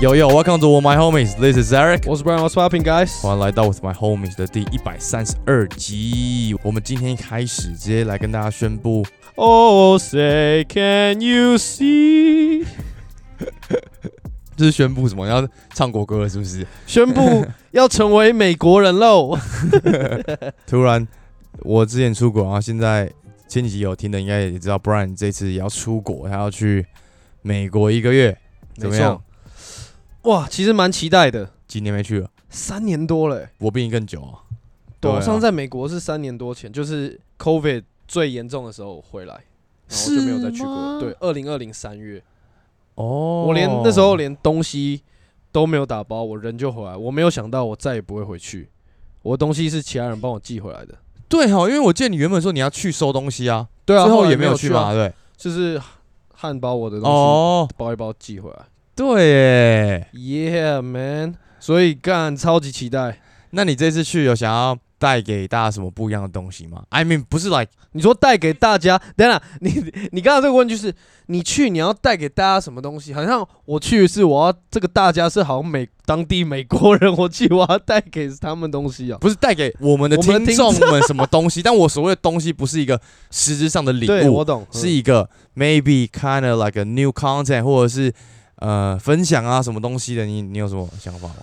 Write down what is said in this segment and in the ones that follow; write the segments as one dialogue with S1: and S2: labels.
S1: Yo yo, welcome to my homies. This is Eric.
S2: 我是 Brian，我是 Popping Guys。
S1: 欢迎来到 With My Homies 的第一百三十二集。我们今天一开始直接来跟大家宣布，
S2: Oh, say can you see？
S1: 这是宣布什么？要唱国歌了是不是？
S2: 宣布要成为美国人 喽！
S1: 突然，我之前出国，然后现在前几集有听的应该也知道，Brian 这次也要出国，他要去美国一个月，怎么样？
S2: 哇，其实蛮期待的，
S1: 几年没去了，
S2: 三年多了欸、
S1: 我比你更久啊。
S2: 对，我
S1: 对啊
S2: 上次在美国是三年多前，就是 COVID 最严重的时候回来，然后就没有再去
S1: 是吗
S2: 过。对，二零二零三月，
S1: 哦
S2: 我连那时候连东西都没有打包，我人就回来。我没有想到我再也不会回去，我的东西是其他人帮我寄回来的。
S1: 对哈、哦，因为我记得你原本说你要去收东西啊，
S2: 对啊，
S1: 最后
S2: 来
S1: 也
S2: 没
S1: 没有去
S2: 去
S1: 嘛，
S2: 啊，
S1: 对。
S2: 就是汉堡我的东西。
S1: 哦，
S2: 包一包寄回来。
S1: 对耶。
S2: Yeah man，所以干超级期待。
S1: 那你这次去有想要带给大家什么不一样的东西吗？I mean，不是 like
S2: 你说带给大家，等等，你你刚才这个问句是，你去你要带给大家什么东西？好像我去是我要这个大家是好像美当地美国人，我去我要带给他们东西啊。
S1: 不是带给我们的
S2: 我们的
S1: 听众们什么东西， 但我所谓的东西不是一个实质上的礼
S2: 对，我
S1: 物，
S2: 懂，
S1: 是一个 maybe kind of like a new content 或者是呃分享啊什么东西的。你你有什么想法吗？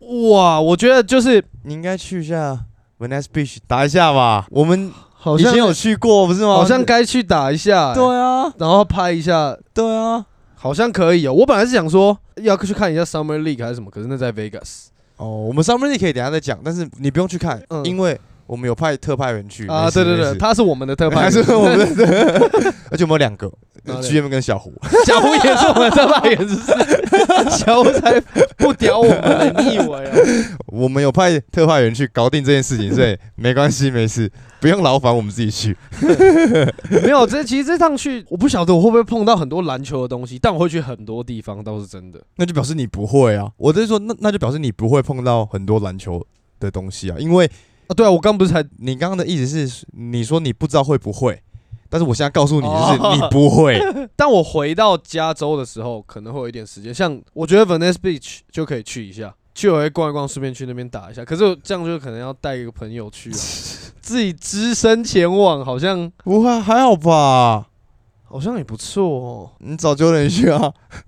S2: 嗯哇，我觉得就是
S1: 你应该去一下 Venice Beach 打一下吧，我们
S2: 好
S1: 以
S2: 像
S1: 前有去过不是吗？
S2: 好像该去打一下、欸
S1: 对啊，
S2: 然后拍一下，
S1: 对啊。
S2: 好像可以哦、我本来是想说要去看一下 Summer League 还是什么，可是那在 Vegas
S1: 哦，我们 summer league 可以等一下再讲，但是你不用去看，
S2: 嗯
S1: 因为我们有派特派员去
S2: 啊，
S1: 没事
S2: 对对
S1: 没
S2: 对，
S1: 事
S2: 他是我们的特派员，
S1: 还是我们的， 而且我们有两个
S2: 哪里
S1: GM 跟小胡，
S2: 小胡也是我们特派员，是不是？小胡才不屌我们呢，你以为啊？
S1: 我们有派特派员去搞定这件事情，所以没关系，没事，不用劳烦我们自己去。
S2: 没有，这其实这趟去，我不晓得我会不会碰到很多篮球的东西，但我会去很多地方，倒是真的。
S1: 那就表示你不会啊，我是说，那那就表示你不会碰到很多篮球的东西啊，因为
S2: 啊，对啊，我刚不是才
S1: 你刚刚的意思是，你说你不知道会不会，但是我现在告诉你，就
S2: 哦
S1: 是你不 会。
S2: 当我回到加州的时候，可能会有一点时间，像我觉得 Venice Beach 就可以去一下，去我会逛一逛，顺便去那边打一下。可是我这样就可能要带一个朋友 去啊，自己只身前往，好像
S1: 不会还好吧？
S2: 好像也不错哦。
S1: 你找 Jordan 去啊，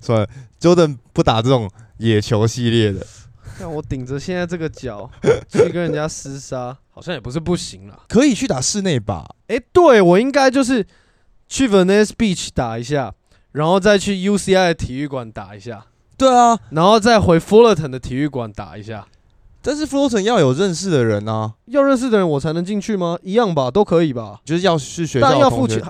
S1: 算了，Jordan 不打这种野球系列的。
S2: 看我顶着现在这个脚去跟人家厮杀，好像也不是不行啦。
S1: 可以去打室内吧，
S2: 诶，对我应该就是去 Venice Beach 打一下，然后再去 UCI 的体育馆打一下，
S1: 对啊，
S2: 然后再回 Fullerton 的体育馆打一下。
S1: 但是 Fullerton 要有认识的人啊，
S2: 要认识的人我才能进去吗？一样吧，都可以吧。
S1: 就是要是学校
S2: 但
S1: 的
S2: 要
S1: 同
S2: 付
S1: 学
S2: 钱，，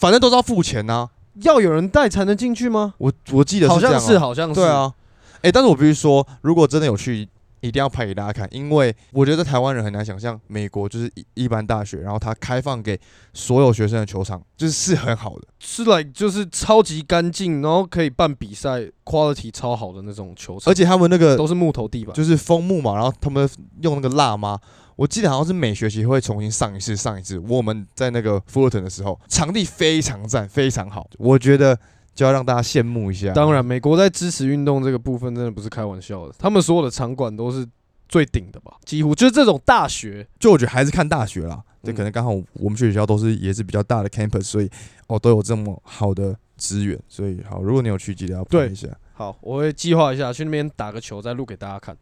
S1: 反正都是要付钱啊。
S2: 要有人带才能进去吗？
S1: 我我记得
S2: 好
S1: 这样、
S2: 像
S1: 啊，
S2: 是，好像是。
S1: 对，啊。哎、但是我必须说，如果真的有去，一定要拍给大家看，因为我觉得台湾人很难想象美国就是一一般大学，然后它开放给所有学生的球场，就是是很好的。
S2: 是 like 就是超级干净，然后可以办比赛，quality 超好的那种球场，
S1: 而且他们那个
S2: 都是木头地板。
S1: 就是枫木嘛，然后他们用那个蜡吗？我记得好像是每学期会重新上一次，上一次。我们在那个 Fullerton 的时候，场地非常赞，非常好，我觉得就要让大家羡慕一下。
S2: 当然，美国在支持运动这个部分真的不是开玩笑的，他们所有的场馆都是最顶的吧，几乎就是这种大学。
S1: 就我觉得还是看大学啦，对，
S2: 嗯
S1: 可能刚好我们学校都是也是比较大的 campus，所以哦都有这么好的资源，所以好，如果你有去，记得要
S2: 对
S1: 碰一下。
S2: 好，我会计划一下去那边打个球，再录给大家看。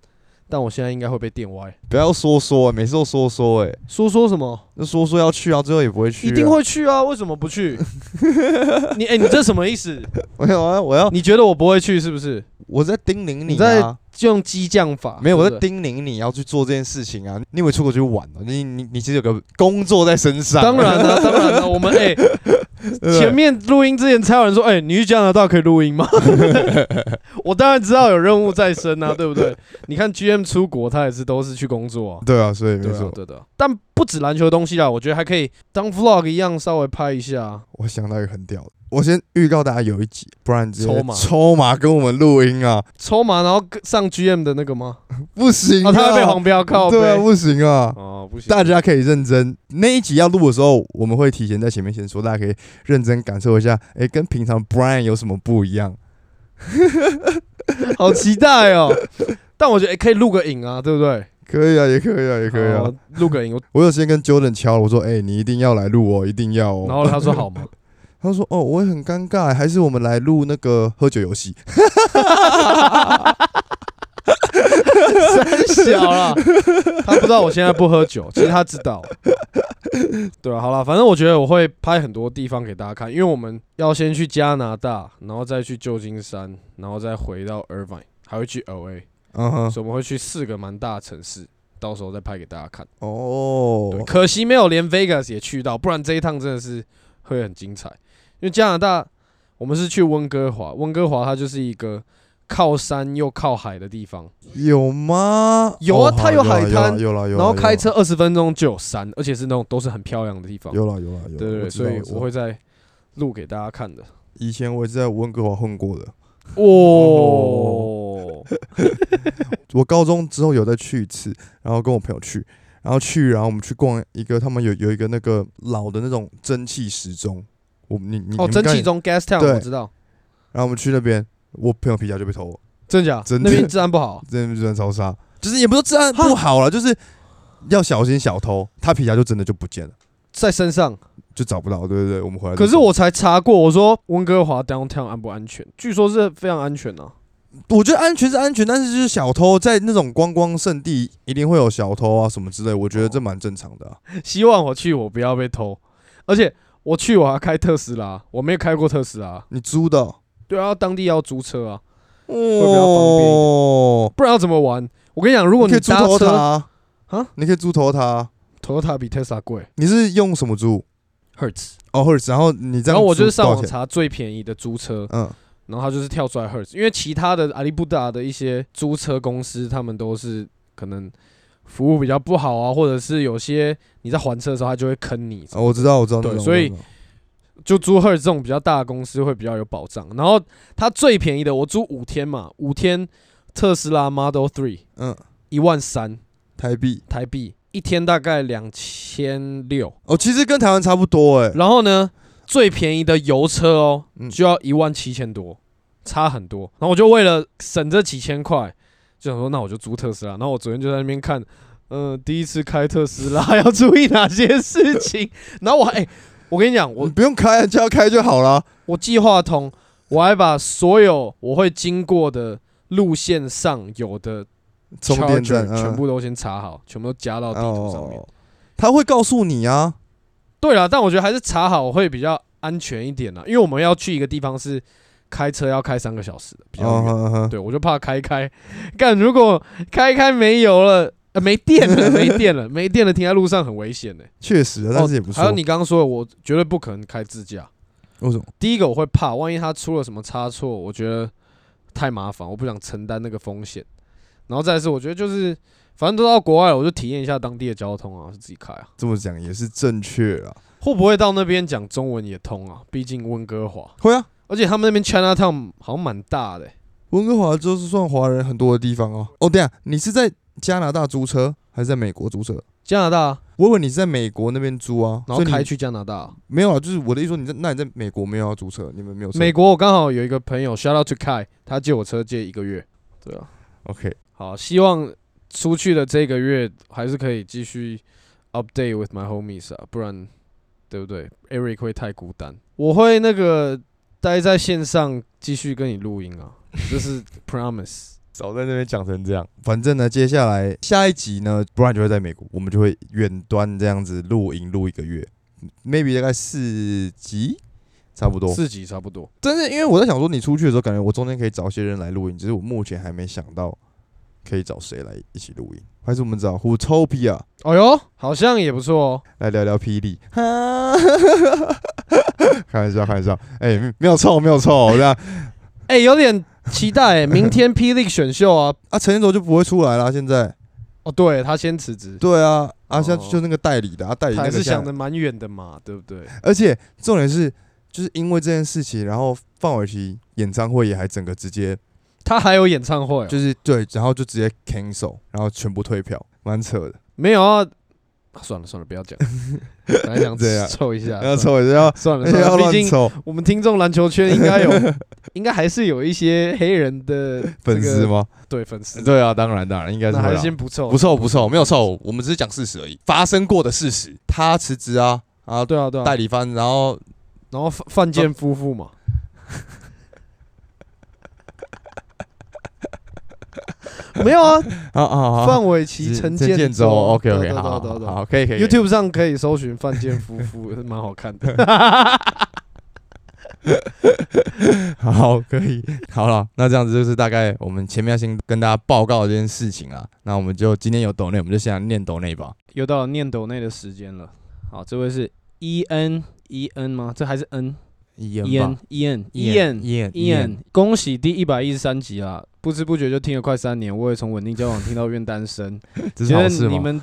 S2: 但我现在应该会被电歪，
S1: 不要说说、欸每次都说说、哎，
S2: 说说什么？
S1: 那说说要去啊，最后也不会去、
S2: 一定。会去啊，为什么不去？ 你哎、你这什么意思？
S1: 我要，我要，我要，
S2: 你觉得我不会去是不是？
S1: 我在叮咛你
S2: 你在
S1: 啊，
S2: 就用激将法？
S1: 没有，我
S2: 对
S1: 在
S2: 不对
S1: 叮咛你要去做这件事情啊。你以为出国去玩哦、你你你其实有个工作在身上。啊
S2: 当然了、当然了、我们哎、
S1: 对不对
S2: 前面录音之前才有人说，哎、你去加拿大可以录音吗？我当然知道有任务在身啊，对不对？你看 GM 出国，他也是都是去工作啊。
S1: 对啊，所以没
S2: 对
S1: 错、
S2: 啊，对的、但不止篮球的东西啊啦，我觉得还可以当 vlog 一样稍微拍一下啊。
S1: 我想到一个很屌的，我先预告大家有一集，不然直接
S2: 抽马
S1: 抽马跟我们录音啊，
S2: 抽嘛，然后跟上 GM 的那个吗？
S1: 不行
S2: 啊，他会被黄标靠
S1: 对啊，
S2: 背。
S1: 不行啊。
S2: 哦，不行，
S1: 大家可以认真那一集要录的时候，我们会提前在前面先说，大家可以认真感受一下，哎、跟平常 Brian 有什么不一样？
S2: 好期待哦！但我觉得、欸可以录个影啊，对不对？
S1: 可以啊，也可以啊，也可以啊
S2: 好。，录个影。
S1: 我有时间跟 Jordan 敲了，我说：“哎、你一定要来录哦，一定要
S2: 然
S1: 哦。
S2: 后他说好吗？”
S1: 他说：“哦，我也很尴尬，还是我们来录那个喝酒游戏。
S2: 三小啦， 他不知道我现在不喝酒，其实他知道。对啊，好了，反正我觉得我会拍很多地方给大家看，因为我们要先去加拿大，然后再去旧金山，然后再回到 Irvine，还会去 LA，”
S1: 嗯哼，
S2: 所以我们会去四个蛮大的城市，到时候再拍给大家看。对，
S1: 哦，
S2: 可惜没有连 Vegas 也去到，不然这一趟真的是会很精彩。因为加拿大，我们是去温哥华，温哥华它就是一个靠山又靠海的地方，
S1: 有吗？
S2: 有啊
S1: 哦
S2: 它
S1: 好
S2: 有
S1: 啦
S2: 海
S1: 啦
S2: 滩
S1: 有啦有啦。啊
S2: 然后开
S1: 有啦
S2: 车二十分钟就有山，而且是那种都是很漂亮的地方。
S1: 有了有了有啦，
S2: 对对对，
S1: 我知道
S2: 所以
S1: 知道
S2: 我会再录给大家看的。
S1: 以前我也是在温哥华混过的，
S2: 哦，
S1: 我高中之后有再去一次，然后跟我朋友去，然后去，然后我们去逛一个，他们有有一个那个老的那种蒸汽时钟，我你你
S2: 哦，蒸汽，中 Gas Town
S1: 对
S2: 我知道，
S1: 你们刚才然后我们去那边，我朋友皮夹就被偷了，
S2: 真假？
S1: 真
S2: 那
S1: 的
S2: 边治安不好，
S1: 真的居然超杀，就是也不是治安不好了，就是要小心小偷，他皮夹就真的就不见了，
S2: 在身上。
S1: 就找不到，对不对？我们回来就
S2: 可
S1: 找，
S2: 是我才查过，我说温哥华 Downtown 安不安全？据说是非常安全啊呢、
S1: 我觉得安全是安全，但是就是小偷在那种观光圣地一定会有小偷啊什么之类，我觉得这蛮正常的、啊。
S2: 希望我去我不要被偷，而且我去我还开特斯拉，我没有开过特斯拉。
S1: 你租的哦，
S2: 对啊，当地要租车啊，比较方便一点
S1: 哦，
S2: 不然要怎么玩？我跟你讲，如果
S1: 你可以租
S2: 搭
S1: 头
S2: 车
S1: 塔
S2: 啊，
S1: 你可以租头塔。
S2: ，Toyota 比 Tesla 贵
S1: 你是用什么租？
S2: ，Hertz。
S1: 哦，或者然后你这样，
S2: 然后我就是上网，查最便宜的租车，
S1: 嗯，
S2: 然后它就是跳出来 Hertz，因为其他的阿里布达的一些租车公司，他们都是可能服务比较不好啊，或者是有些你在还车的时候，他就会坑你，
S1: 哦，我知道，我知道那
S2: 对
S1: 种，
S2: 所以
S1: 那种
S2: 就租 Hertz 这种比较大的公司会比较有保障。然后它最便宜的，我租五天嘛，五天特斯拉 Model Three
S1: 嗯，
S2: 一万三
S1: 台币，
S2: 台币，一天大概两千六。
S1: 哦，其实跟台湾差不多，哎，
S2: 然后呢，最便宜的油车哦，
S1: 嗯
S2: 就要一万七千多，差很多。然后我就为了省这几千块，就想说那我就租特斯拉。然后我昨天就在那边看，嗯、第一次开特斯拉 要注意哪些事情。然后我还，哎、我跟你讲，
S1: 我
S2: 我
S1: 不用开，就要开就好啦。
S2: 我计划通，我还把所有我会经过的路线上有的
S1: 充电站
S2: charger 全
S1: 嗯
S2: 部都先查好，全部都加到地图上面。
S1: 哦他会告诉你啊，
S2: 对了，但我觉得还是查好会比较安全一点啦，因为我们要去一个地方是开车要开三个小时的，比较
S1: 嗯
S2: 远。
S1: 哼哼
S2: 对，我就怕开一开， 干如果开一开没油了，呃，没电了，没电了， 没电了，停在路上很危险呢、
S1: 确实啊，但是也不
S2: 哦
S1: 错
S2: 还有。你刚刚说的，我绝对不可能开自驾。
S1: 为什么？
S2: 第一个我会怕，万一他出了什么差错，我觉得太麻烦，我不想承担那个风险。然后再来是，我觉得就是反正都到国外了，我就体验一下当地的交通啊，就自己开啊。
S1: 这么讲也是正确啊啦。
S2: 会不会到那边讲中文也通啊？毕竟温哥华，
S1: 会啊，
S2: 而且他们那边 China Town 好像蛮大的欸、
S1: 温哥华就是算华人很多的地方哦。哦，对啊，你是在加拿大租车还是在美国租车？
S2: 加拿大，啊
S1: 我以为你是在美国那边租啊，
S2: 然后
S1: 所以你
S2: 开去加拿大。
S1: 没有啊，就是我的意思说，你在那你在美国没有要租车，你们没有车。
S2: 美国我刚好有一个朋友，shout out to Kai，他借我车借一个月。对啊，
S1: OK，
S2: 好，希望出去的这个月还是可以继续 update with my homies 啊，不然对不对？Eric 会太孤单。我会那个待在线上继续跟你录音啊，这是 promise。
S1: 早在那边讲成这样。反正呢，接下来下一集呢，不然就会在美国，我们就会远端这样子录影录一个月，maybe 大概四集。差不多，
S2: 四集差不多，
S1: 但是因为我在想说，你出去的时候，感觉我中间可以找些人来录音，只是我目前还没想到可以找谁来一起录音，还是我们找 Hutopia
S2: 哎呦，好像也不错哦。
S1: 啊来聊聊霹 雳？哈开玩笑，开玩笑，哎、没有错，没有 啊错，这样
S2: 哎、有点期待、欸。明天霹雳选秀啊，
S1: 啊，陈建州就不会出来啦，现在。
S2: 哦，对他先辞职，
S1: 对啊，啊，
S2: 哦
S1: 现在就那个代理的，啊，代理
S2: 他
S1: 那
S2: 还
S1: 个
S2: 是
S1: 现在
S2: 想的，蛮远的嘛，对不对？
S1: 而且重点是，就是因为这件事情，然后范玮琪演唱会也还整个直接
S2: 他还有演唱
S1: 啊
S2: 会哦、
S1: 就是对，然后就直接 cancel，然后全部退票，蛮扯的。
S2: 没有啊？啊算了算了，不 要讲，本来想
S1: 这样
S2: 凑一下，
S1: 啊要
S2: 算了
S1: 抽也是 要
S2: 算了算
S1: 要
S2: 了，毕
S1: 乱
S2: 竟
S1: 抽
S2: 我们听众篮球圈 应该有，应该还是有一些黑人的这
S1: 粉
S2: 个
S1: 丝？吗？
S2: 对粉丝，
S1: 对啊，当然当然应该是
S2: 那
S1: 会
S2: 还
S1: 啊
S2: 是先不凑，
S1: 不臭不臭，没有臭，我们只是讲事实而已，发生过的事实。他辞职啊啊，
S2: 对啊对啊，
S1: 代理翻，然后
S2: 然后范范建夫妇 嘛。没有啊，
S1: 啊啊啊，
S2: 范玮琪、
S1: 是
S2: 陈
S1: 陈建
S2: 州
S1: 州，OK OK，
S2: 对
S1: 好好
S2: 对对对
S1: 好
S2: 对
S1: 好，可以可以。
S2: YouTube 上可以搜寻范建夫 妇，是蛮好看的。
S1: 好，可以，好了，那这样子就是大概我们前面先跟大家报告这件事情啊。那我们就今天有抖内，我们就先来念抖内吧。
S2: 又到了念抖内的时间了。好，这位是 E N E N 吗？这还是 N
S1: 伊
S2: E N E N E N
S1: 伊恩
S2: Ian，恭喜第一百一十三集啦！不知不觉就听了快三年，我也从稳定交往听到愿单身，
S1: 这是
S2: 觉
S1: 好
S2: 得
S1: 事
S2: 你
S1: 吗？
S2: 们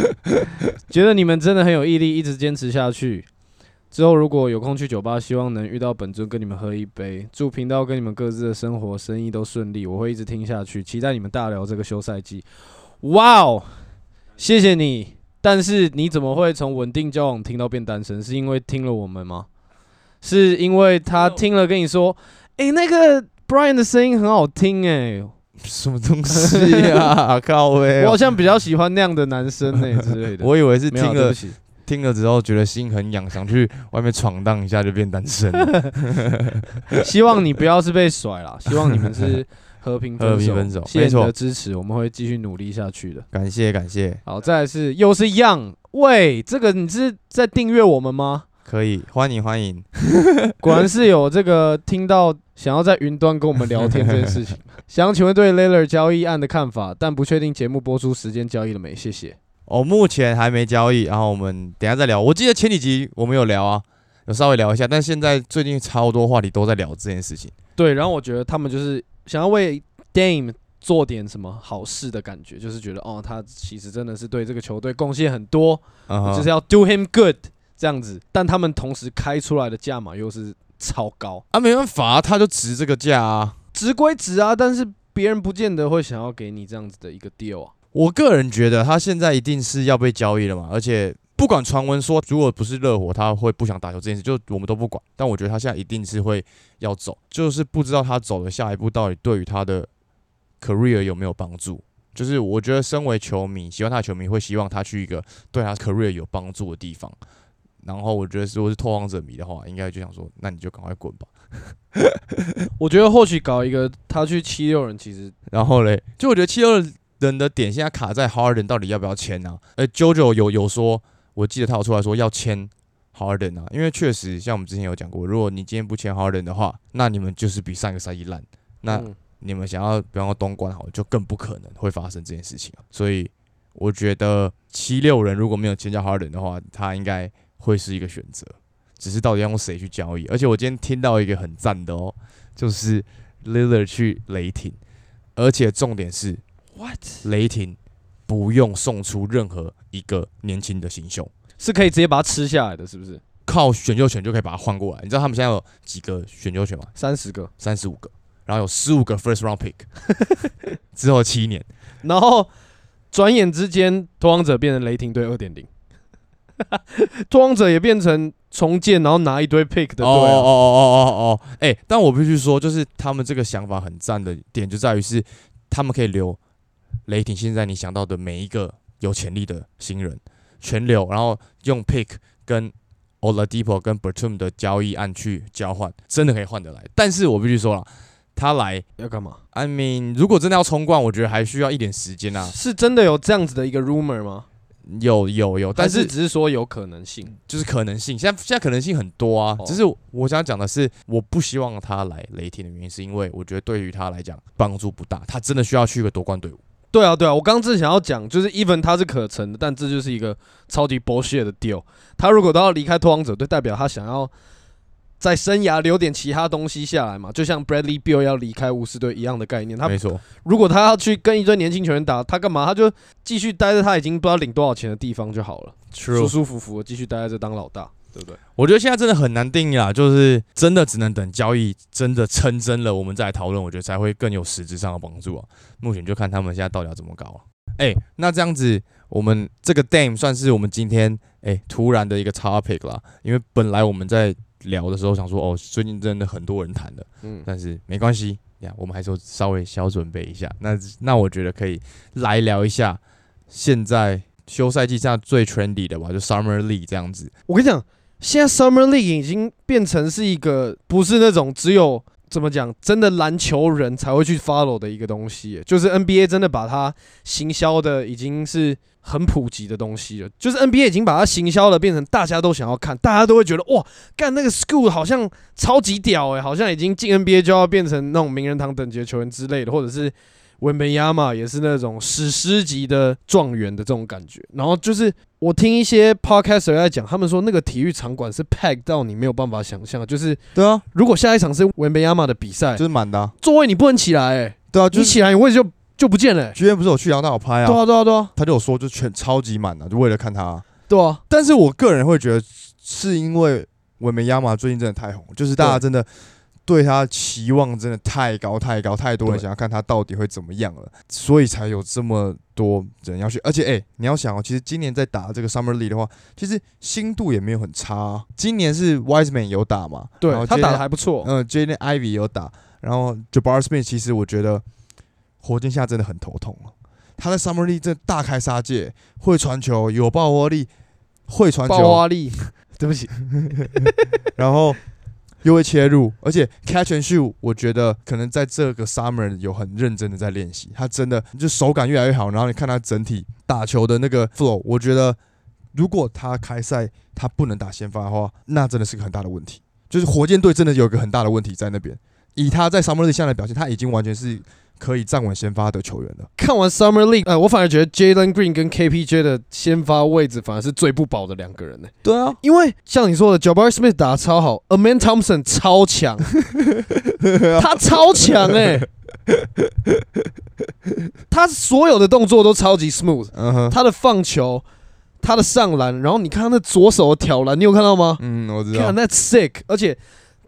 S2: 觉得你们真的很有毅力，一直坚持下去。之后如果有空去酒吧，希望能遇到本尊跟你们喝一杯。祝频道跟你们各自的生活、生意都顺利，我会一直听下去，期待你们大聊这个休赛季。哇哦，谢谢你！但是你怎么会从稳定交往听到变单身？是因为听了我们吗？是因为他听了跟你说，诶、那个 Brian 的声音很好听、诶，
S1: 什么东西 啊？靠喂
S2: 我！好像比较喜欢那样的男生呢、哎之类的。
S1: 我以为是
S2: 没有啊
S1: 听
S2: 对
S1: 了
S2: 不起，
S1: 听了之后觉得心很痒，想去外面闯荡一下就变单 身了，
S2: 希望你不要是被甩 啦，希望你们是和平分
S1: 和
S2: 手。
S1: 平分手
S2: 谢谢
S1: 没
S2: 你
S1: 错
S2: 的支持，我们会继续努力下去的。
S1: 感谢感谢，
S2: 好，再来是又是 Young，喂，这个你是在订阅我们 吗？
S1: 可以欢迎欢迎，
S2: 果然是有这个听到想要在云端跟我们聊天这件事 情。想请问对 l a l e r 交易案的看法，但不确定节目播出时间交易了没？谢谢。
S1: 哦，目前还没交易，然后我们等一下再聊。我记得前几集我们有聊啊，有稍微聊一下，但现在最近超多话题都在聊这件事情。
S2: 对，然后我觉得他们就是想要为 Dame 做点什么好事的感觉，就是觉得哦，他其实真的是对这个球队贡献很多，
S1: 嗯哼
S2: 就是要 do him good 这样子，但他们同时开出来的价码又是超高，
S1: 啊，没办法啊、他就值这个价啊。
S2: 值归值啊，但是别人不见得会想要给你这样子的一个 deal 啊。
S1: 我个人觉得他现在一定是要被交易了嘛，而且不管传闻说如果不是热火他会不想打球这件事，就我们都不管。但我觉得他现在一定是会要走，就是不知道他走的下一步到底对于他的 career 有没有帮助。就是我觉得身为球迷，喜欢他的球迷会希望他去一个对他 career 有帮助的地方。然后我觉得如果是拓荒者迷的话，应该就想说，那你就赶快滚吧。
S2: 我觉得或许搞一个他去七六人，其实
S1: 然后嘞，就我觉得七六人的点现在卡在 Harden 到底要不要签啊？呃，JoJo 有有说，我记得他有出来说要签 Harden 啊，因为确实像我们之前有讲过，如果你今天不签 Harden 的话，那你们就是比上一个赛季烂。那
S2: 嗯
S1: 你们想要比方说东莞好了，就更不可能会发生这件事情啊。所以我觉得七六人如果没有签下 Harden 的话，他应该会是一个选择，只是到底要用谁去交易。而且我今天听到一个很赞的哦，就是 Lillard 去雷霆，而且重点是
S2: what
S1: 雷霆不用送出任何一个年轻的新秀，
S2: 是可以直接把它吃下来的，是不是？
S1: 靠选秀权就可以把它换过来。你知道他们现在有几个选秀权吗？
S2: 三十个，
S1: 三十五个，然后有十五个 first round pick，之后七年。
S2: 然后转眼之间，拓荒者变成雷霆队二点零，拓荒者也变成重建，然后拿一堆 pick 的队、
S1: 哦哦
S2: 啊。
S1: 哦哦哦哦，哎、但我必须说，就是他们这个想法很赞的点，就在于是他们可以留雷霆现在你想到的每一个有潜力的新人全留，然后用 pick 跟 Oladipo 跟 Bertum 的交易案去交换，真的可以换得来。但是我必须说了，他来
S2: 要干嘛？
S1: ，I mean，如果真的要冲冠，我觉得还需要一点时间啊。
S2: 是真的有这样子的一个 rumor 吗？
S1: 有有有，但
S2: 但
S1: 是
S2: 是只是说有可能性。
S1: 就是可能性，现在现在可能性很多啊。
S2: 哦
S1: 只是我想讲的是，我不希望他来雷霆的原因，是因为我觉得对于他来讲帮助不大，他真的需要去一个夺冠队伍。
S2: 对啊，对啊，我刚刚正想要讲，就是 even 它是可成的，但这就是一个超级 bullshit 的 deal。他如果都要离开拓荒者队，代表他想要在生涯留点其他东西下来嘛，就像 Bradley Beal 要离开巫师队一样的概念。他
S1: 没错，
S2: 如果他要去跟一堆年轻球员打，他干嘛？他就继续待在他已经不知道领多少钱的地方就好了，舒舒服服的继续待在这当老大，对不对？
S1: 我觉得现在真的很难定义啦，就是真的只能等交易真的成真了，我们再来讨论，我觉得啊才会更有实质上的帮助啊。目前就看他们现在到底要怎么搞了、哎、那这样子，我们这个 Dame 算是我们今天哎、突然的一个 topic 啦，因为本来我们在聊的时候想说，哦，最近真的很多人谈的，
S2: 嗯，
S1: 但是没关系，呀，我们还是有稍微小准备一下。那那我觉得可以来聊一下现在休赛季上最 trendy 的吧，就 Summer League 这样子。
S2: 我跟你讲，现在 Summer League 已经变成是一个不是那种只有怎么讲，真的篮球人才会去 follow 的一个东西耶，就是 NBA 真的把它行销的已经是很普及的东西了，就是 NBA 已经把它行销的变成大家都想要看，大家都会觉得哇，干那个 school 好像超级屌哎，好像已经进 NBA 就要变成那种名人堂等级的球员之类的，或者是。文本亚马也是那种史诗级的状元的这种感觉，然后就是我听一些 podcaster 在讲，他们说那个体育场馆是 pack 到你没有办法想象的，就是
S1: 对啊，
S2: 如果下一场是文贝亚马的比赛
S1: 就，是满的啊、
S2: 座位你不能起来、欸，
S1: 对啊，就
S2: 你
S1: 是
S2: 哎起来你位置就就不见了、欸
S1: 居然不是有去杨大有拍
S2: 对
S1: 啊，
S2: 啊，对啊，对啊，
S1: 他就有说就全超级满的、就为了看他啊、
S2: 对啊，
S1: 但是我个人会觉得是因为文梅亚马最近真的太红，就是大家真的。对他期望真的太高太高，太多人
S2: 对
S1: 想要看他到底会怎么样了，所以才有这么多人要去。而且，哎、你要想哦，其实今年在打这个 Summer League 的话，其实心度也没有很差啊、今年是 Wiseman 有打嘛，
S2: 对
S1: 然
S2: 啊
S1: 后
S2: 他
S1: Jalen-
S2: 打的还不错，
S1: 嗯，Jaden Ivy 有打，然后 Jabbar Smith 其实我觉得火箭现在真的很头痛了。他在 Summer League 真的大开杀戒，会传球，有爆发力，会传
S2: 爆
S1: 球，
S2: 发力， 对不起，
S1: 然后又会切入，而且 catch and shoot，我觉得可能在这个 Summer 有很认真的在练习，他真的就手感越来越好，然后你看他整体打球的那个 flow，我觉得如果他开赛他不能打先发的话，那真的是个很大的问题。就是火箭队真的有一个很大的问题在那边，以他在 Summer League 下的表现，他已经完全是可以站稳先发的球员了。
S2: 看完 Summer League，呃，我反而觉得 Jalen Green 跟 KPJ 的先发位置反而是最不保的两个人呢、
S1: 对啊，
S2: 因为像你说的，Jabari Smith 打得超好，Aman Thompson 超强，他超强哎、他所有的动作都超级 smooth，
S1: 嗯哼，
S2: 他的放球，他的上篮，然后你看他那左手的挑篮，你有看到吗？
S1: 嗯，我知道
S2: 看，那 sick，而且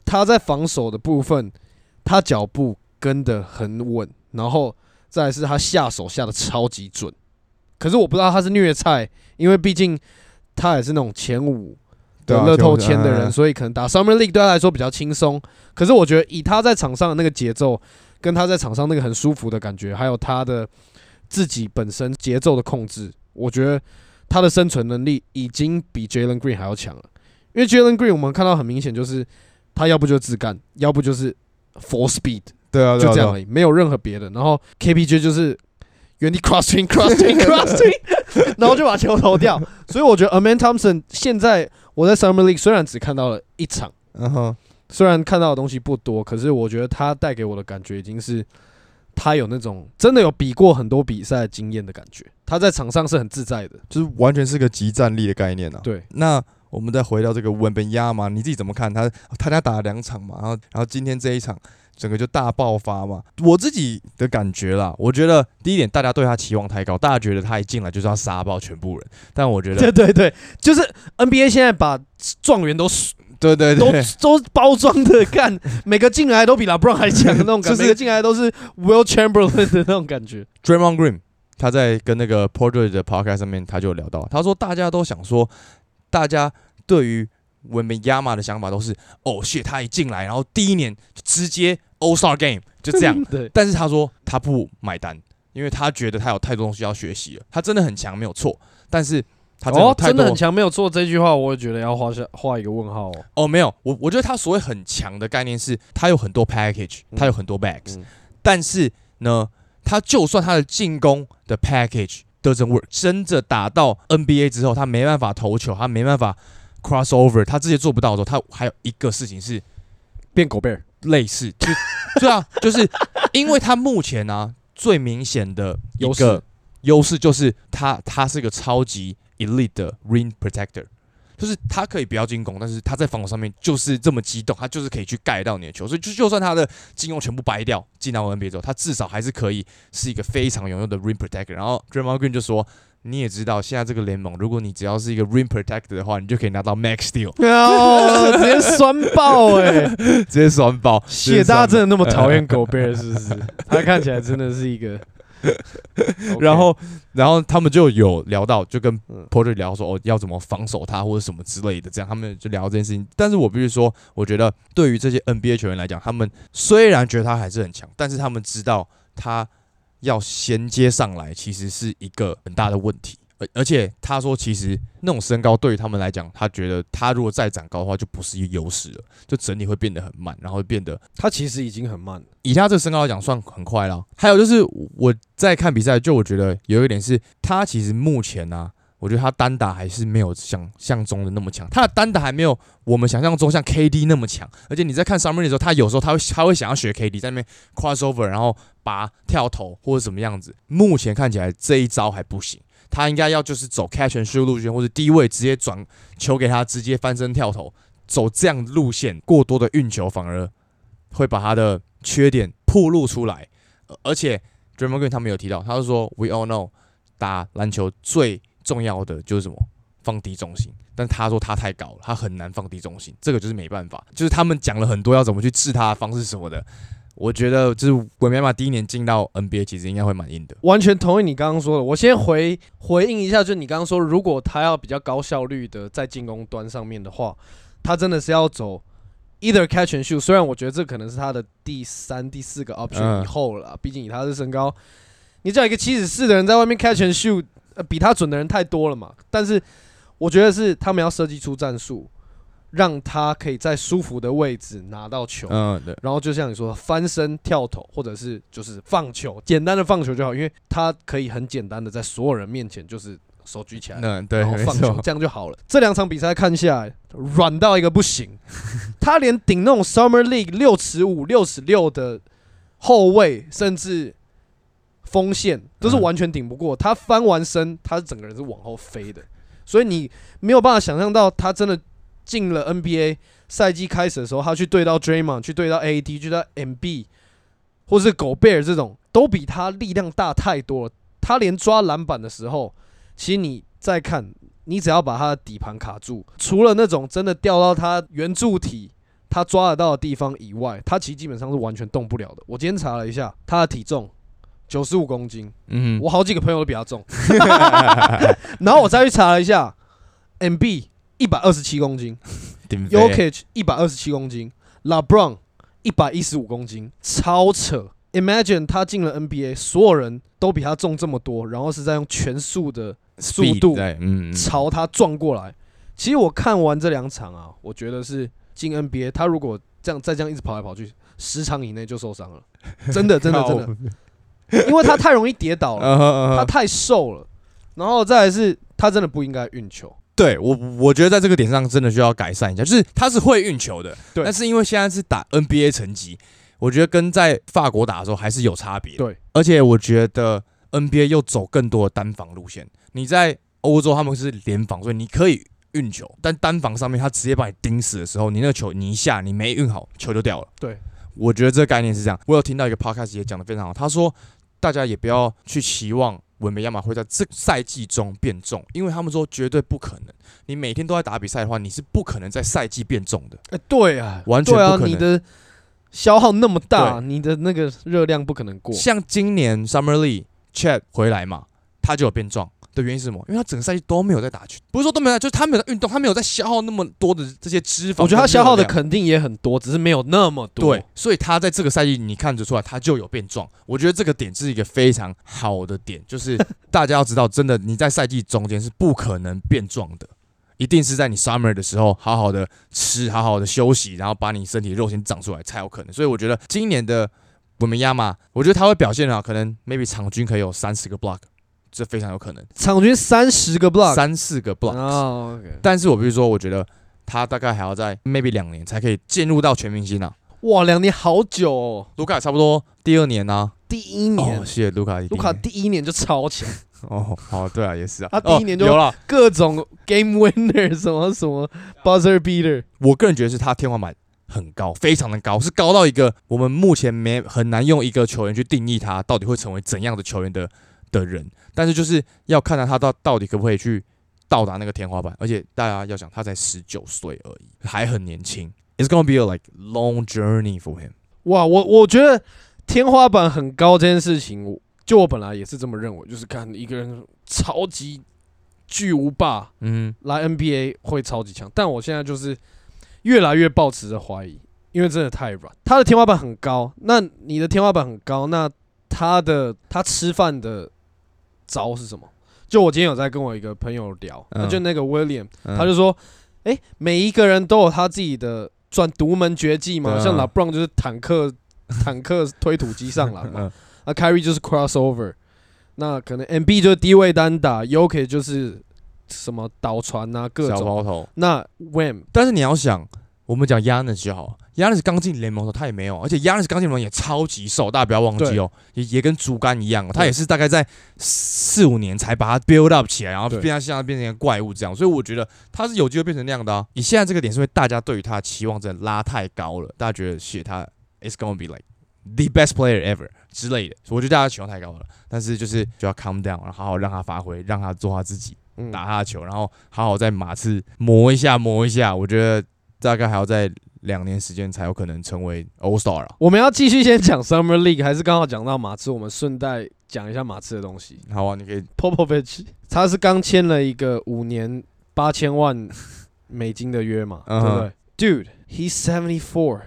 S2: 他在防守的部分，他脚步跟得很稳，然后再来是他下手下的超级准。可是我不知道他是虐菜，因为毕竟他也是那种前五
S1: 对
S2: 的
S1: 啊
S2: 乐透签的人，
S1: 嗯
S2: 所以可能打 Summer League 对他来说比较轻松。可是我觉得以他在场上的那个节奏，跟他在场上那个很舒服的感觉，还有他的自己本身节奏的控制，我觉得他的生存能力已经比 Jalen Green 还要强了。因为 Jalen Green 我们看到很明显就是他要不就自干，要不就是 full speed，
S1: 对啊，对啊
S2: 就这样
S1: 对啊
S2: 而已，没有任何别的。然后 KPJ 就是原地 crossing crossing crossing，然后就把球投掉。所以我觉得 Aman Thompson 现在我在 Summer League 虽然只看到了一场，
S1: 嗯哼，
S2: 虽然看到的东西不多，可是我觉得他带给我的感觉已经是他有那种真的有比过很多比赛经验的感觉。他在场上是很自在的，
S1: 就是完全是个集战力的概念啊。
S2: 对，
S1: 那我们再回到这个文本亚嘛，你自己怎么看他？他家打了两场嘛，然后然后今天这一场整个就大爆发嘛。我自己的感觉啦，我觉得第一点大家对他期望太高，大家觉得他一进来就是要杀爆全部人，但我觉得
S2: 对对对，就是 NBA 现在把状元都
S1: 对对
S2: 都
S1: 对。
S2: 都包装的干，每个进来都比 LeBron 还强的那 种感
S1: 就
S2: 觉，
S1: 是
S2: 每个进来都是 Will Chamberlain 的那种感觉。
S1: Draymond Green 他在跟那个 Portrait 的 podcast 上面他就有聊到，他说大家都想说，大家对于文明亚马的想法都是，哦，shit，他一进来，然后第一年就直接 All Star Game 就这样。
S2: 对，
S1: 但是他说他不买单，因为他觉得他有太多东西要学习了。他真的很强，没有错，但是他真的有
S2: 哦，
S1: 太
S2: 真
S1: 多
S2: 的很强，没有错。这句话我也觉得要画下画一个问号哦。
S1: 哦，没有，我我觉得他所谓很强的概念是，他有很多 package，
S2: 嗯
S1: 他有很多 bags，、
S2: 嗯
S1: 但是呢，他就算他的进攻的 package doesn't work，真的打到 NBA 之后，他没办法投球，他没办法 crossover，他这些做不到的时候，他还有一个事情是
S2: 变狗贝尔，
S1: 类似，就 对啊，就是因为他目前啊最明显的一
S2: 优
S1: 个
S2: 势
S1: 优势就是他他是个超级 elite 的 ring protector，就是他可以不要进攻，但是他在防守上面就是这么激动，他就是可以去盖到你的球，所以就就算他的进攻全部掰掉，进到 NBA 之后，他至少还是可以是一个非常有用的 ring protector。然后 Draymond Green 就说。你也知道，现在这个联盟，如果你只要是一个 ring protector 的话，你就可以拿到 max deal，
S2: 哦，直接酸爆哎、
S1: 直接爽爆。
S2: 谢大家真的那么讨厌
S1: 狗。
S2: 狗贝尔是不是？他看起来真的是一个
S1: 然后，然后他们就有聊到，就跟
S2: 嗯
S1: Porter 聊说，哦，要怎么防守他或者什么之类的，这样他们就聊这件事情。但是我必须说，我觉得对于这些 NBA 球员来讲，他们虽然觉得他还是很强，但是他们知道他要衔接上来，其实是一个很大的问题。而而且他说，其实那种身高对于他们来讲，他觉得他如果再长高的话，就不是优势了，就整体会变得很慢，然后会变得
S2: 他其实已经很慢了，
S1: 以他这个身高来讲，算很快了。还有就是我在看比赛，就我觉得有一点是，他其实目前呢、啊，我觉得他单打还是没有想象中的那么强，他的单打还没有我们想象中像 KD 那么强。而且你在看 Summer 的时候，他有时候他会他会想要学 KD 在那边 crossover，然后拔跳投或者什么样子。目前看起来这一招还不行。他应该要就是走 catch and shoot 路线，或者低位直接转球给他，直接翻身跳投，走这样的路线，过多的运球反而会把他的缺点暴露出来。呃而且 Draymond Green 他们有提到，他就说 We all know 打篮球最重要的就是什么？放低重心，但他说他太高了，他很难放低重心，这个就是没办法。就是他们讲了很多要怎么去治他的方式什么的，我觉得就是鬼妈妈第一年进到 NBA，其实应该会蛮硬的。
S2: 完全同意你刚刚说的。我先回回应一下，就你刚刚说，如果他要比较高效率的在进攻端上面的话，他真的是要走 either catch and shoot。虽然我觉得这可能是他的第三、第四个 option
S1: 嗯
S2: 以后了啦，毕竟以他的身高，你叫一个七十四的人在外面 catch and shoot，、呃、比他准的人太多了嘛。但是我觉得是他们要设计出战术，让他可以在舒服的位置拿到球。
S1: 嗯，对，
S2: 然后就像你说的，翻身、跳投，或者是就是放球，简单的放球就好，因为他可以很简单的在所有人面前就是手举起来，
S1: 嗯，对，
S2: 然后
S1: 没
S2: 放球
S1: 错，，
S2: 这样就好了。这两场比赛看下来，软到一个 不行，他连顶那种 Summer League 六尺五、六尺六的后卫，甚至锋线，都是
S1: 嗯
S2: 完全顶不过。他翻完身，他整个人是往后飞的，所以你没有办法想象到他真的进了 NBA 赛季开始的时候，他去对到 Draymond，去对到 AD，去对到 MB，或是狗贝尔这种，都比他力量大太多了。他连抓篮板的时候，其实你再看，你只要把他的底盘卡住，除了那种真的掉到他圆柱体。他抓得到的地方以外，他其实基本上是完全动不了的。我今天查了一下，他的体重九十五公斤，
S1: 嗯，
S2: 我好几个朋友都比 他重， 然后我再去查了一下，MB 一百二十七公斤
S1: 顶飞
S2: ，Yokich 一百二十七公斤，LeBron 一百一十五公斤，超扯。Imagine 他进了 NBA，所有人都比他重这么多，然后是在用全速的
S1: Speed
S2: 速度
S1: 在嗯，嗯
S2: 朝他撞过来。其实我看完这两场啊，我觉得是进 NBA，他如果这样再这样一直跑来跑去，十场以内就受伤了，真的真的真的，因为他太容易跌倒了，
S1: 嗯哼嗯哼
S2: 他太瘦了，然后再来是他真的不应该运球，
S1: 对我，我觉得在这个点上真的需要改善一下，就是他是会运球的，
S2: 对
S1: 但是因为现在是打 NBA 层级，我觉得跟在法国打的时候还是有差别。
S2: 对，
S1: 而且我觉得 NBA 又走更多的单防路线，你在欧洲他们是联防，所以你可以运球，但单防上面他直接把你盯死的时候，你那个球你一下你没运好，球就掉了。
S2: 对，
S1: 我觉得这个概念是这样。我有听到一个 podcast 也讲的非常好，他说大家也不要去期望文梅亚马会在这赛季中变重，因为他们说绝对不可能。你每天都在打比赛的话，你是不可能在赛季变重的。
S2: 哎、对啊，
S1: 呃完全
S2: 对啊
S1: 不，可能
S2: 你的消耗那么大，你的那个热量不可能过，
S1: 像今年 Summer Lee Chad 回来嘛，他就有变壮的原因是什么？因为他整个赛季都没有在打球，不是说都没有在，就是他没有在运动，他没有在消耗那么多的这些脂肪。
S2: 我觉得他消耗的
S1: 可。
S2: 肯定也很多，只是没有那么多。
S1: 对，，所以他在这个赛季你看得出来，他就有变壮。我觉得这个点是一个非常好的点，就是 大家要知道，真的你在赛季中间是不可能变壮的，一定是在你 summer 的时候好好的吃，好好的休息，然后把你身体的肉先长出来才有可能。所以我觉得今年的我们亚马，我觉得他会表现得好，可能 maybe 场均可以有三十个 block，这非常有可能，
S2: 场均三十个 block，
S1: 三四个 block。
S2: 啊，OK、
S1: 但是我必须说，我觉得他大概还要在 maybe 两年才可以进入到全明星啊。
S2: 哇，两年好久、哦，
S1: 卢卡也差不多第二年啊，
S2: 第一年
S1: 哦，谢谢卢卡一定。
S2: 卢卡第一年就超强，
S1: 哦，好，对啊，也是啊。
S2: 他第一年就
S1: 哦有了。
S2: 各种 game winner 什么什么 buzzer beater，
S1: 我个人觉得是他天花板很高，非常的高，是高到一个我们目前没很难用一个球员去定义他到底会成为怎样的球员的的人。但是就是要看到他到到底可不可以去到达那个天花板。而且大家要想，他才十九岁而已，还很年轻。It's gonna be a like long journey for him。
S2: 哇，我我觉得天花板很高这件事情，我就我本来也是这么认为，就是看一个人超级巨无霸
S1: 嗯，
S2: 来 NBA 会超级强，但我现在就是越来越抱持着怀疑，因为真的太软，他的天花板很高，那你的天花板很高，那他的他吃饭的招是什么？就我今天有在跟我一个朋友聊，
S1: 嗯
S2: 那就那个 William，他
S1: 他
S2: 就说，哎、每一个人都有他自己的算独门绝技嘛，
S1: 对啊
S2: 像 LeBron 就是坦 克坦克推土机上篮嘛，
S1: 嗯
S2: 啊 c a r r y 就是 crossover，那可能 MB 就是低位单打 y o k 就是什么倒传啊各
S1: 小
S2: 种，
S1: 包头。
S2: 那 Wham
S1: 嗯但是你要想，我们讲 Yanis 就好，Yanis 刚进联盟的时候他也没有，而且 Yanis 刚进联盟也超级瘦，大家不要忘记哦，也也跟竹竿一样，啊他也是大概在四五年才把他 build up 起来，然后
S2: 对
S1: 变成现在变成一个怪物这样，所以我觉得他是有机会变成那样的啊。以现在这个点，是因为大家对于他的期望真的拉太高了，大家觉得写他 is gonna be like the best player ever 之类的，我觉得大家期望太高了，但是就是就要 calm down，然后好好让他发挥，让他做他自己。
S2: 嗯
S1: 打他的球，然后好好在马刺磨一下磨一下，我觉得大概还要在两年时间才有可能成为 All Star 了。
S2: 我们要继续先讲 Summer League，还是刚好讲到马刺，我们顺带讲一下马刺的东西。
S1: 好啊，你可以
S2: Popovich，他是刚签了一个五年八千万美金的约 嘛，
S1: 嗯
S2: 对不对？Dude，he's seventy four，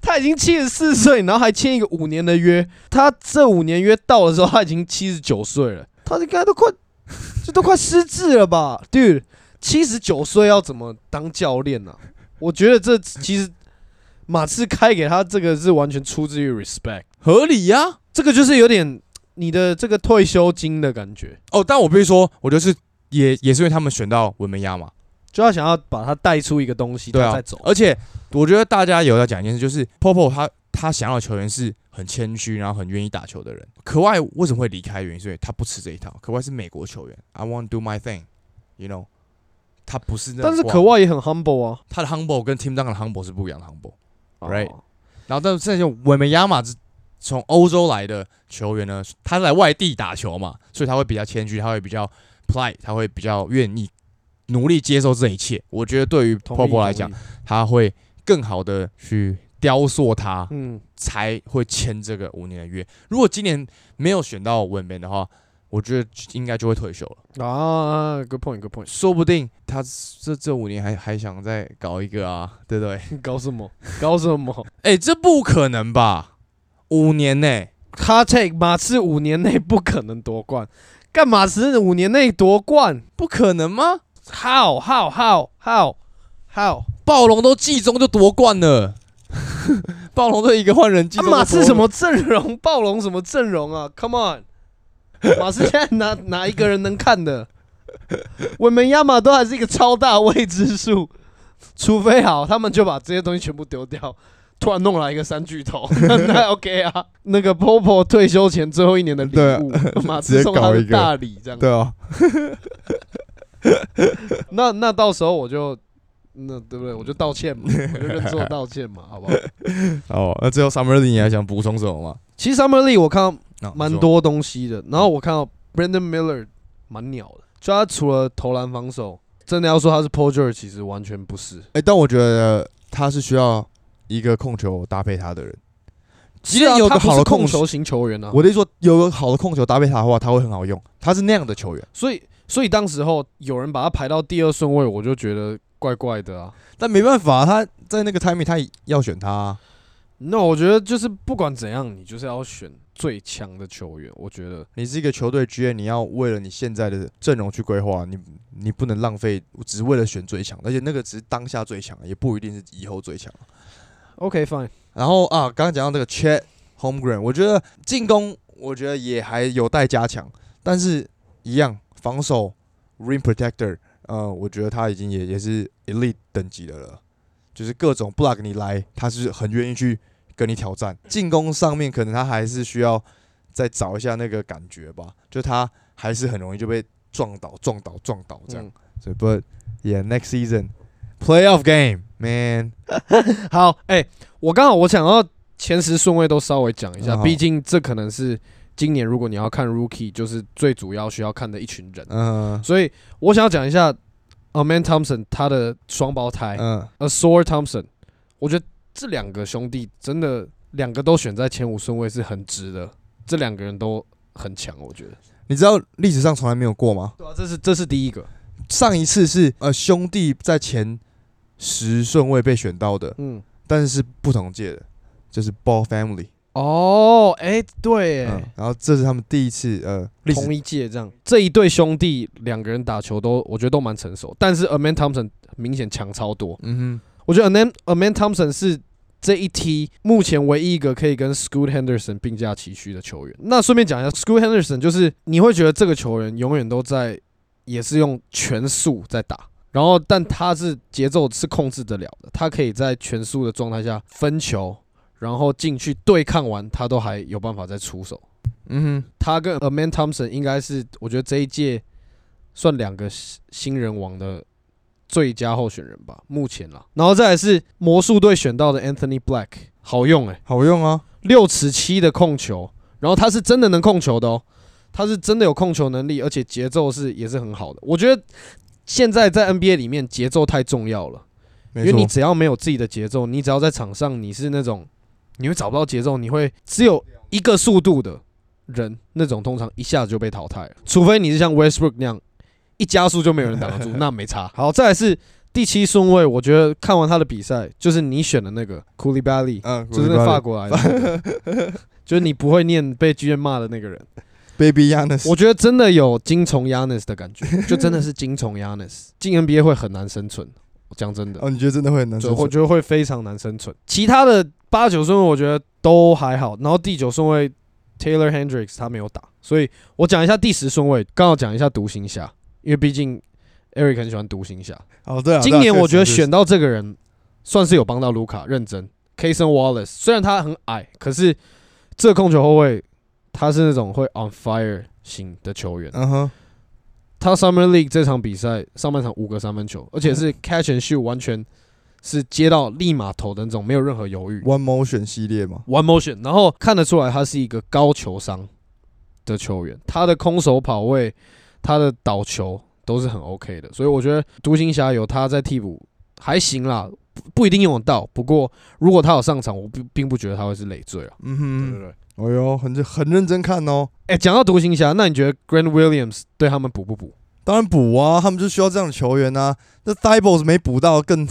S2: 他已经七十四岁，然后还签一个五年的约。他这五年约到的时候，他已经七十九岁了，他应该都快， 这都快失智了吧？Dude，七十九岁要怎么当教练呢、我觉得这其实马刺开给他这个是完全出自于 respect，
S1: 合理啊呀、
S2: 这个就是有点你的这个退休金的感觉。
S1: 哦，但我必须说，我就是也也是因为他们选到文梅亚嘛，
S2: 就要想要把它带出一个东西，
S1: 对
S2: 他
S1: 啊
S2: 再走。
S1: 而且我觉得大家有要讲一件事，就是 Popo 他他想要的球员是很谦虚，然后很愿意打球的人。可外为什么会离开？原因是因为他不吃这一套。可外是美国球员，I want to do my thing，you know，他不是那种
S2: 但是
S1: 哇
S2: 可外也很 humble 啊
S1: 他的 humble 跟 Tim Duncan 的 humble 是不一样的 humble。Right
S2: 哦
S1: 然后但是现在就维梅亚马是从欧洲来的球员呢，他是来外地打球嘛，所以他会比较谦虚，他会比较 polite，他会比较愿意努力接受这一切。我觉得对于
S2: 同意
S1: Popo 来讲，，他会更好的去雕塑他，
S2: 同意嗯，
S1: 才会签这个五年的约。如果今年没有选到文梅的话，我觉得应该就会退休了，
S2: 啊，good point，good point，
S1: 说不定他这这五年还还想再搞一个啊，对不对？
S2: 你 搞什么？搞什 么
S1: 哎、这不可能吧？五年呢、
S2: ？Hard take，马刺五年内不可能夺冠，干马刺五年内夺冠
S1: 不可能吗？
S2: ？How how how how how？
S1: 暴龙都季中就夺冠了， 暴龙队一个换人季
S2: 啊
S1: 中、
S2: 马刺什？么阵容？ 暴龙什么阵容啊？Come on，马刺现在 哪哪一个人能看的？我们亚马都还是一个超大未知数，除非好，他们就把这些东西全部丢掉，突然弄来一个三巨头， 那 OK 啊。那个 Popo 退休前最后一年的礼
S1: 对啊
S2: 物， 马
S1: 直
S2: 刺
S1: 接
S2: 送他
S1: 搞
S2: 的
S1: 一个
S2: 大礼这样。
S1: 对啊，
S2: 那那到时候我就。那对不对？我就道歉嘛，我就认错道歉嘛，好不好？
S1: 哦，那最后 Summer Lee 你还想补充什么吗？
S2: 其实 Summer Lee 我看到
S1: 啊
S2: 蛮，多东西的。然后我看到 Brandon Miller 蛮鸟的，就他除了投篮防守，真的要说他是 p o r g e r 其实完全不是。
S1: 哎、但我觉得他是需要一个控球搭配他的人，即
S2: 是
S1: 便
S2: 啊
S1: 有
S2: 他
S1: 个
S2: 不
S1: 好的
S2: 是控
S1: 球，
S2: 球型球员啊，
S1: 我的意思说有个好的控球搭配他的话，他会很好用，他是那样的球员。
S2: 所以所以当时候有人把他排到第二顺位，我就觉得怪怪的啊。
S1: 但没办法，他在那个 timing 他要选他、啊，
S2: 那我觉得就是不管怎样，你就是要选最强的球员。我觉得
S1: 你是一个球队 GM，你要为了你现在的阵容去规划，你你不能浪费，只为了选最强，而且那个只是当下最强，也不一定是以后最强。
S2: OK fine，
S1: 然后啊，刚刚讲到这个 Chat Homegrown，我觉得进攻我觉得也还有待加强，但是一样防守 Rim Protector，呃，我觉得他已经也也是 Elite 等级的了，就是各种 block 你来，他是很愿意去跟你挑战。进攻上面可能他还是需要再找一下那个感觉吧，就他还是很容易就被撞倒、撞倒、撞倒这样。
S2: 嗯
S1: 所以，But yeah, next season playoff game, man，
S2: 好，哎、我刚好我想要前十顺位都稍微讲一下，
S1: 嗯好
S2: 毕竟这可能是今年如果你要看 Rookie，就是最主要需要看的一群人。
S1: 嗯、
S2: 所以我想要讲一下 a m a n Thompson 他的双胞胎、
S1: 嗯。
S2: a s o r Thompson，我觉得这两个兄弟真的两个都选在前五顺位是很值的，这两个人都很强，我觉得。
S1: 你知道历史上从来没有过吗？
S2: 对啊，这是这是第一个。
S1: 上一次是呃兄弟在前十顺位被选到的，
S2: 嗯，
S1: 但是是不同届的，就是 Ball Family，
S2: 哦，哎、对，
S1: 嗯
S2: 哎、，
S1: 然后这是他们第一次呃历史
S2: 同一届这样，这一对兄弟两个人打球都，我觉得都蛮成熟，但是 Aman Thompson 明显强超多。
S1: 嗯
S2: 我觉得 Aman Aman Thompson 是这一梯目前唯一一个可以跟 Scoot Henderson 并驾齐驱的球员。那顺便讲一下，Scoot Henderson 就是你会觉得这个球员永远都在，也是用全速在打。然后，但他是节奏是控制得了的，他可以在全速的状态下分球，然后进去对抗完，他都还有办法再出手。
S1: 哼嗯哼，
S2: 他跟 Aman Thompson 应该是我觉得这一届算两个新新人王的最佳候选人吧，目前啦。然后再来是魔术队选到的 Anthony Black，好用诶、欸
S1: 好用啊，
S2: 六尺七的控球，然后他是真的能控球的哦，他是真的有控球能力，而且节奏是也是很好的。我觉得现在在 NBA 里面节奏太重要了。因
S1: 没
S2: 为你
S1: 错，
S2: 只要没有自己的节奏，你只要在场上你是那种你会找不到节奏，你会只有一个速度的人，那种通常一下子就被淘汰了，除非你是像 Westbrook 那样一加速就没有人挡 得住，那没差。好，再来是第七顺位，我觉得看完他的比赛，就是你选的那个 c o o l i b a l y
S1: 嗯，
S2: 就是那法国来的那个， 就是你不会念被剧院骂的那个人。
S1: Baby Yanis，
S2: 我觉得真的有精虫 Yanis 的感觉，就真的是精虫 Yanis 进 NBA 会很难生存。我讲真的，
S1: 哦，你觉得真的会很难
S2: 对
S1: 生
S2: 我
S1: 存？
S2: 觉得会非常难生存。其他的八九顺位我觉得都还好，然后第九顺位 Taylor Hendricks 他没有打，所以我讲一下第十顺位，刚好讲一下独行侠，因为毕竟 Eric 很喜欢独行侠。
S1: 哦，对啊，
S2: 今年
S1: 对啊
S2: 我觉得
S1: 确实
S2: 选到这个人，算是有帮到卢卡，认真。Kason Wallace 虽然他很矮，可是这控球后卫他是那种会 on fire 型的球员
S1: 确实。嗯哼，
S2: 他 Summer League 这场比赛上半场五个三分球，而且是 catch and shoot，完全是接到立马投的那种，没有任何犹豫。
S1: One Motion 系列嘛，
S2: One motion，然后看得出来他是一个高球商的球员，他的空手跑位、他的倒球都是很 OK 的，所以我觉得独行侠有他在替补还行啦，不不一定用得到。不过如果他有上场，我并并不觉得他会是累赘啊。对对
S1: 嗯
S2: 对。
S1: 哼，哎呦，很很认真看哦，
S2: 哎，讲到独行侠，那你觉得 Grant Williams 对他们补不补？
S1: 当然补啊，他们就需要这样的球员啊。那 d i b o s 没补到，更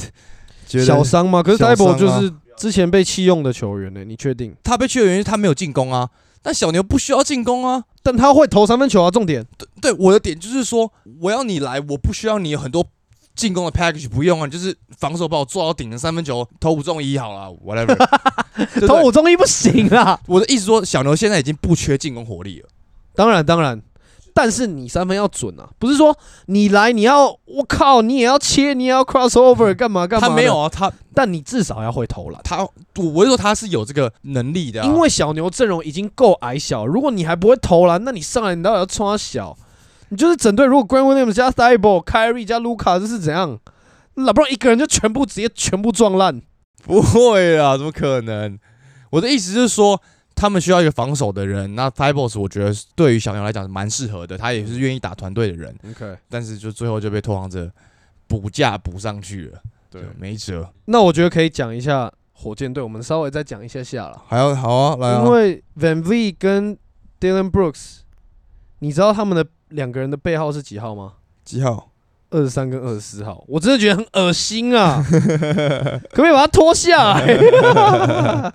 S1: 觉
S2: 小
S1: 得
S2: 伤吗？可是
S1: 小伤
S2: d i b o
S1: 啊
S2: 就是之前被弃用的球员呢、你确定？
S1: 他被缺的原因是他没有进攻啊。但小牛不需要进攻啊。
S2: 但他会投三分球啊，重点。
S1: 对对，我的点就是说，我要你来，我不需要你有很多进攻的 package，不用啊，你就是防守把我做到顶的三分球，投五中一好了，whatever 对不对。
S2: 投五中一不行啊。
S1: 我的意思说，小牛现在已经不缺进攻火力了。
S2: 当然当然，但是你三分要准啊，不是说你来你要我靠，你也要切，你也要 cross over 干嘛干嘛。
S1: 他没有，啊，他
S2: 但你至少要会投篮。
S1: 他，我我是说他是有这个能力的、啊，
S2: 因为小牛阵容已经够矮小，如果你还不会投篮，那你上来你到底要冲他小？你就是整队，如果 Grant Williams 加 t h i b a l Kyrie 加卢卡，这是怎样？老布朗一个人就全部直接全部撞烂。
S1: 不会啊啦，怎么可能？我的意思是说，他们需要一个防守的人。那 t i b o s 我觉得对于小牛来讲蛮适合的，他也是愿意打团队的人，
S2: OK，
S1: 但是就最后就被拓荒者补价补上去了，
S2: 对
S1: 就没辙。
S2: 那我觉得可以讲一下火箭队，我们稍微再讲一下下了，
S1: 还要好啊，来啊
S2: 因，为 Van V 跟 Dylan Brooks，你知道他们的两个人的背号是几号吗？
S1: 几号？
S2: 二十三跟二十四号，我真的觉得很恶心 啊！可不可以把它脱下 来？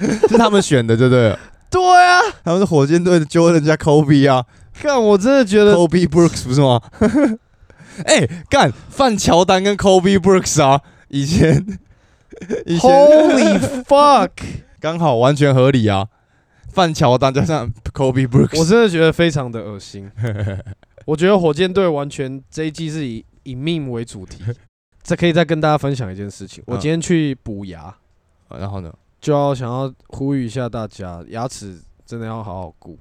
S1: 是他们选的，对不对了？
S2: 对啊，
S1: 他们是火箭队的 Jordan 加 Kobe 啊
S2: 看我真的觉得
S1: ，Kobe Brooks 不是吗？哎、干范乔丹跟 Kobe Brooks 啊，以前以前
S2: Holy fuck！
S1: 刚好完全合理啊。范乔丹加上 Kobe Brooks，
S2: 我真的觉得非常的恶心。我觉得火箭队完全这一季是以以命为主 题。这可以再跟大家分享一件事情，我
S1: 嗯
S2: 今天去补牙，
S1: 然后呢？
S2: 就要想要呼吁一下大家，牙齿真的要好好顾，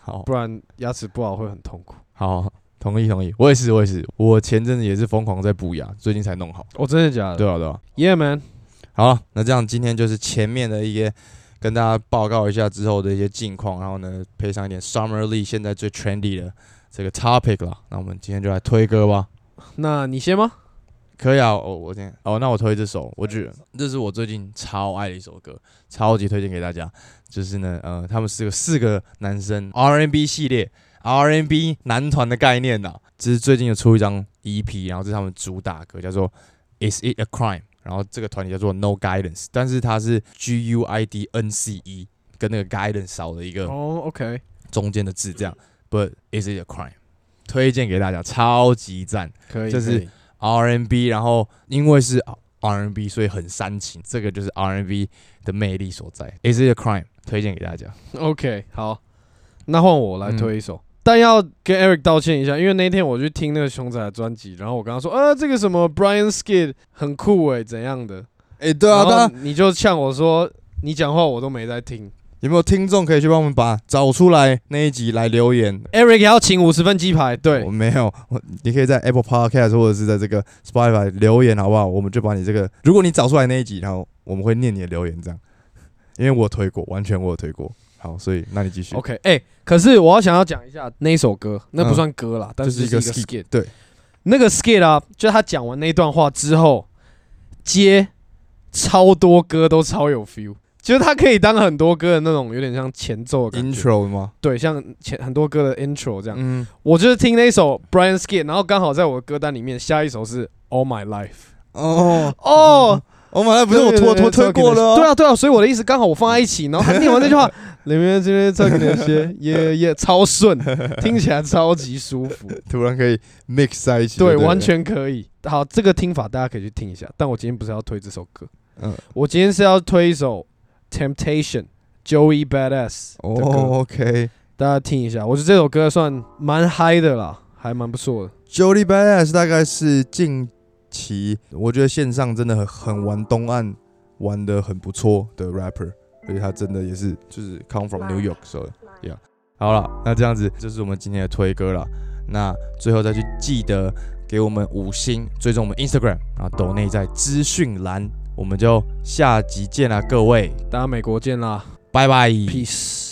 S1: 好
S2: 不然牙齿不好会很痛苦。
S1: 好，同意同意，我也是我也是，我前阵子也是疯狂在补牙，最近才弄好。
S2: 哦，真的假的？
S1: 对啊对啊，
S2: ，Yeah man，
S1: 好了，那这样今天就是前面的一些跟大家报告一下之后的一些近况，然后呢配上一点 Summer Lee 现在最 trendy 的这个 topic 啦。那我们今天就来推歌吧，
S2: 那你先吗？
S1: 可以啊，我我今天
S3: 哦，那我推这首，我觉得这是我最近超爱的一首歌，超级推荐给大家。就是呢，呃，他们四个四个男生 R&B 系列 R&B 男团的概念呐、这是最近有出一张 EP，然后这是他们主打歌，叫做《Is It a Crime》，然后这个团体叫做 No Guidance，但是它是 G U I D N C E，跟那个 Guidance 少了一个
S2: 哦，OK，
S3: 中间的字，这样。But Is It a Crime？推荐给大家，超级赞。
S2: 可以，
S3: 就是
S2: 可以
S3: R&B，然后因为是 R&B，所以很煽情，这个就是 R&B 的魅力所在。Is it a crime？推荐给大家。
S2: OK，好，嗯那换我来推一首。但要跟 Eric 道歉一下，因为那天我去听那个熊仔的专辑，然后我跟他说，呃，这个什么 Brian Skid 很酷诶、怎样的？
S1: 哎、对啊，大家
S2: 然后你就呛我说，你讲话我都没在听。
S1: 有没有听众可以去帮我们把找出来那一集来留言？
S2: Eric 也要请五十分鸡排，对
S1: 我，没有，我你可以在 Apple Podcast 或者是在这个 Spotify 留言，好不好？我们就把你这个，如果你找出来那一集，然后我们会念你的留言，这样。因为我有推过，完全我有推过。好，所以那你继续。
S2: OK，哎、可是我要想要讲一下那一首歌，那不算歌啦，但
S1: 嗯就是
S2: 是
S1: 一个 skit，
S2: skit。
S1: 对，
S2: 那个 skit 啊，就他讲完那段话之后，接超多歌都超有 feel，就是他可以当很多歌的那种，有点像前奏的感觉。
S1: Intro 吗？
S2: 对，像前很多歌的 intro 这样。
S1: 嗯
S2: 我就是听那一首 Brian skit，然后刚好在我的歌单里面，下一首是 All My Life。
S1: 哦，
S2: 哦，
S1: 我马上不是我
S2: 对
S1: 拖
S2: 对
S1: 拖推
S2: 对
S1: 过了哦、
S2: 对啊，对啊，所以我的意思刚好我放在 一起，然后他念完那句话，里面这边再给那些也也 超顺，听起来超级舒服，
S1: 突然可以 mix 在一起就
S2: 对，
S1: 了
S2: 完。全可以。好，这个听法大家可以去听一下，但我今天不是要推这首歌，
S1: 嗯，
S2: 我今天是要推一首 Temptation Joey Badass 的歌，
S1: 哦，OK。
S2: 大家听一下，我觉得这首歌算蛮嗨的啦，还蛮不错的。
S1: Jody Badass 大概是近期我觉得线上真的很很玩东岸玩的很不错的 rapper，而且他真的也是就是 come from New York 所以 yeah。好了，那这样子就是我们今天的推歌了。那最后再去记得给我们五星，追踪我们 Instagram，然后抖内在资讯栏，我们就下集见啦，各位，
S2: 大家美国见啦
S1: 拜拜
S2: ，peace。